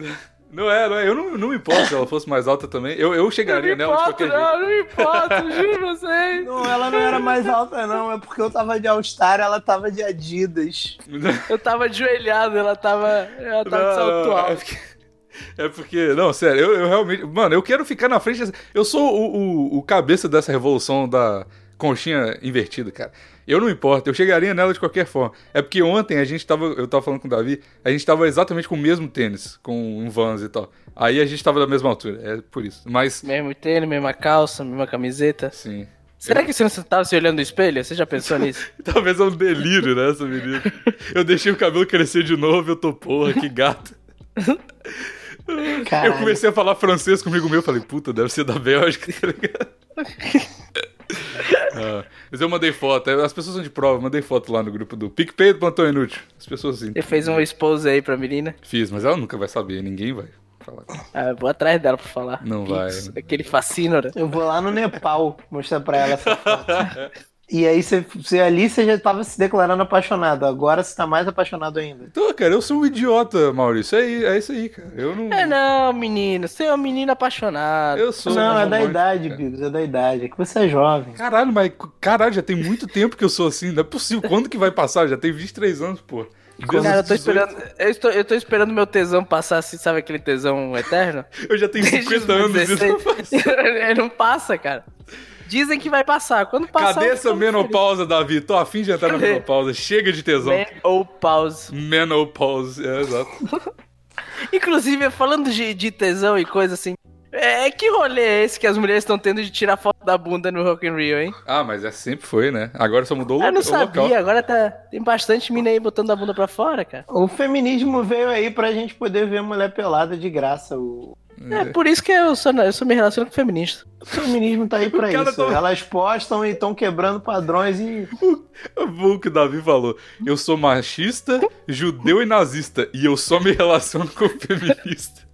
Não é, não é. Eu não, não me importo se ela fosse mais alta também. Eu, eu chegaria nela de qualquer jeito.
não me importo, juro vocês.
Não, ela não era mais alta, não. É porque eu tava de All-Star, ela tava de Adidas.
Eu tava ajoelhado, ela tava. Ela tava de salto
é
alto.
porque, é porque- não, sério, eu, eu realmente. Mano, eu quero ficar na frente. dessa- Eu sou o, o- o cabeça dessa revolução da conchinha invertida, cara. Eu não importo, eu chegaria nela de qualquer forma. É porque ontem a gente tava. Eu tava falando com o Davi, a gente tava exatamente com o mesmo tênis, com um Vans e tal. Aí a gente tava da mesma altura, é por isso. Mas,
Mesmo tênis, mesma calça, mesma camiseta.
sim.
Será que você não tava se olhando no espelho? Você já pensou nisso?
Talvez é um delírio, né, essa menina? Eu deixei o cabelo crescer de novo e eu tô, porra, que gata. Eu
Caralho.
comecei a falar francês comigo meu, falei, puta, deve ser da Bélgica, tá ligado? Ah, mas eu mandei foto, as pessoas são de prova, eu mandei foto lá no grupo do PicPay do Plantão Inútil. As pessoas assim,
Você fez um expose aí pra menina?
fiz, mas ela nunca vai saber, ninguém vai. pra lá.
Ah, eu vou atrás dela pra falar.
Não
Pix,
vai.
Aquele fascínio, né?
Eu vou lá no Nepal mostrar pra ela essa foto. E aí, você, você- ali você já tava se declarando apaixonado. Agora você tá mais apaixonado ainda.
Então, cara, eu sou um idiota, Maurício. É, i- é isso aí, cara. Eu não.
É não, menino. Você é um menino apaixonado.
Eu sou.
Não,
um
é da
monte,
idade,
cara.
Bigos, é da idade. É que você é jovem.
Caralho, mas caralho, já tem muito tempo que eu sou assim. Não é possível. Quando que vai passar? Já tem 23 anos, pô. Desde
Cara, eu tô
os 18,
esperando. Eu, estou, eu tô esperando meu tesão passar assim, sabe aquele tesão eterno?
Eu já tenho 50 anos. e não-
16. Ele É, não passa, cara. Dizem que vai passar. Quando passar.
Cadê
eu
essa
fico
menopausa, Davi? Tô afim de entrar na
Cadê?
menopausa. Chega de tesão.
feliz. Menopause.
Menopause, é exato.
Inclusive, falando de, de tesão e coisa assim. É que rolê é esse que as mulheres estão tendo de tirar foto da bunda no Rock in Rio, hein?
Ah, mas é sempre foi, né? Agora só mudou o,
Eu
lo-
não
o local.
sabia, agora tá. Tem bastante mina aí botando a bunda pra fora, cara.
O feminismo veio aí pra gente poder ver mulher pelada de graça. O
É por isso que eu sou, eu sou me relaciono com feminista.
o feminismo tá aí pra
O cara
isso.
tá-
Elas postam e estão quebrando padrões e.
Foi é o que o Davi falou. Eu sou machista, judeu e nazista. E eu só me relaciono com feminista.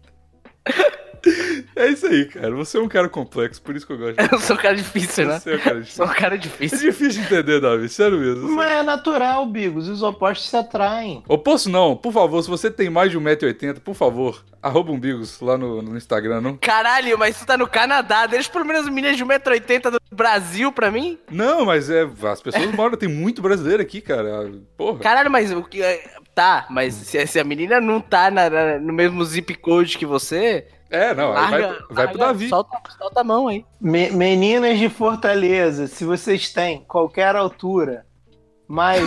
É isso aí, cara. Você é um cara complexo, por isso que eu gosto. de
Eu sou um cara difícil, né?
Você é um cara
Sou
difícil.
um cara
É
difícil.
difícil de entender, Davi. Sério mesmo. assim.
Mas é natural, Bigos. Os opostos se atraem.
Ou posso não, por favor, se você tem mais de 1,80m, por favor, arroba umbigos lá no, no Instagram, não?
Caralho, mas isso tá no Canadá. Deixa pelo menos meninas de 1,80m do Brasil pra mim.
Não, mas é. As pessoas moram, tem muito brasileiro aqui, cara. Porra.
Caralho, mas o que. é, Tá, mas se, se a menina não tá na- na- no mesmo zip code que você,
É, não, aí vai,
larga,
pro- vai pro
larga,
Davi.
Solta, solta a mão aí.
Me- meninas de Fortaleza, se vocês têm qualquer altura mais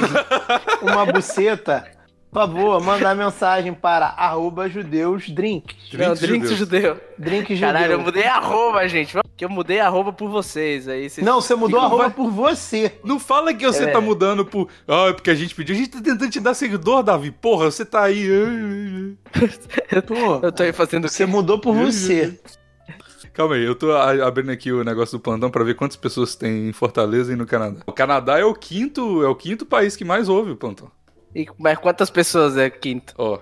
uma buceta, por favor, mandar mensagem para arroba judeusdrinks.
não,
Drinks
drinks
judeus.
judeu.
Drink judeu.
Caralho, eu mudei a roupa, gente. Vamos, Que eu mudei a roupa por vocês. Aí vocês
Não, você mudou a roupa por você.
Não fala que você
É.
tá mudando por. Ah, é porque a gente pediu. A gente tá tentando te dar seguidor, Davi. Porra, você tá aí. ah,
Pô,
Eu tô Uhum. aí fazendo o
você
quê?
mudou por você.
ah, ah. Calma aí, eu tô a- abrindo aqui o negócio do plantão pra ver quantas pessoas tem em Fortaleza e no Canadá. O Canadá é o quinto, é o quinto país que mais ouve o plantão.
E- Mas quantas pessoas é quinto?
Ó.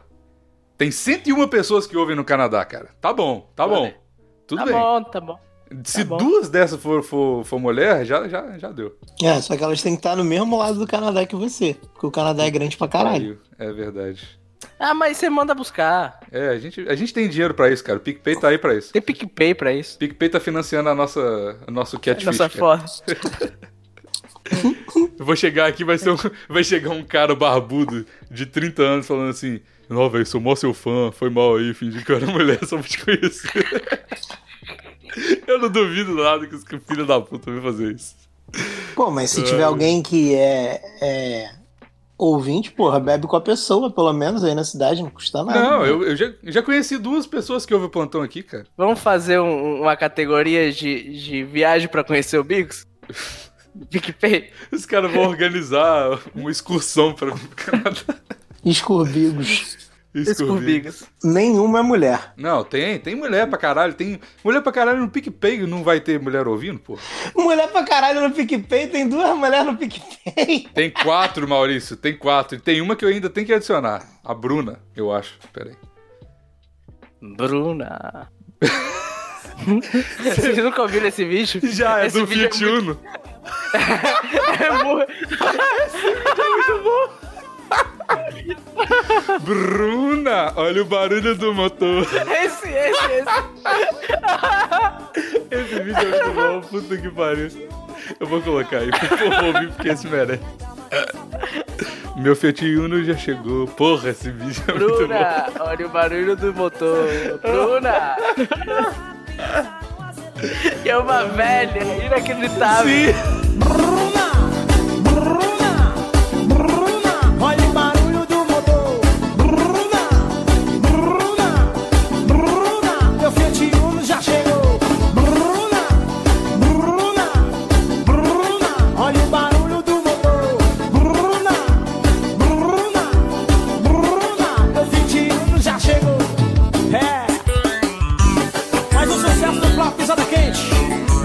Tem 101 pessoas que ouvem no Canadá, cara. Tá bom, tá bom.
Olha.
Tudo
tá
bem.
bom, tá bom.
Se
bom.
duas dessas for, for, for mulher, já, já, já deu.
É, só que elas têm que estar no mesmo lado do Canadá que você. Porque o Canadá é grande pra
Pariu.
caralho.
É verdade.
Ah, mas você manda buscar.
É, a gente, a gente tem dinheiro pra isso, cara. O PicPay tá aí pra isso.
Tem PicPay pra isso.
PicPay tá financiando a nossa, o nosso catfish.
Nossa
É cara.
foto.
Eu vou chegar aqui, vai, ser um- vai chegar um cara barbudo de 30 anos falando assim: Não, velho, sou mó seu fã, foi mal aí, fingi que eu era mulher só pra te conhecer. eu não duvido nada que os filhos da puta vão fazer isso.
Pô, mas se tiver alguém que é, é ouvinte, porra, bebe com a pessoa, pelo menos aí na cidade, não custa nada.
Ah, Não,
né?
eu, eu já, eu já conheci duas pessoas que ouvem o plantão aqui, cara.
Vamos fazer um- uma categoria de, de viagem pra conhecer o Bigos? PicPay?
Os caras vão organizar uma excursão pra mim pro Canadá.
Escorbigos.
Escorpião.
Escobigos.
Nenhuma é mulher.
Não, tem, tem mulher pra caralho, tem mulher pra caralho no PicPay, não vai ter mulher ouvindo, pô.
Mulher pra caralho no PicPay, tem duas mulheres no PicPay.
Tem quatro, Maurício, tem quatro. E tem uma que eu ainda tenho que adicionar. A Bruna, eu acho. Pera aí.
Bruna. Vocês nunca ouviram esse vídeo?
Já, é
esse
do
vídeo
Fiat Uno.
É muito...
Bruna, olha o barulho do motor.
esse, esse, esse.
Esse vídeo é muito bom, puta que pariu. Eu vou colocar aí, por favor, ouvir, porque esse merece. Meu Fiat Uno já chegou. Porra, esse vídeo é muito bom.
Bruna, olha o barulho do motor. Bruna. E é uma velha, inacreditável.
Sim.
Bruna, Bruna, Bruna, olha o barulho do motor. Bruna, Bruna, Bruna, meu Fiat Uno já chegou. Bruna, Bruna, Bruna, olha o barulho do motor. Bruna, Bruna, Bruna, meu Fiat Uno já chegou. É. Mais um sucesso do Flá Pisada Quente,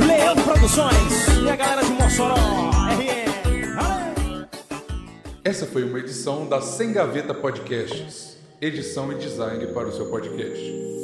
Leandro Produções e a galera de Mossoró, RN. Valeu!
Essa foi uma edição da Sem Gaveta Podcasts. Edição e design para o seu podcast.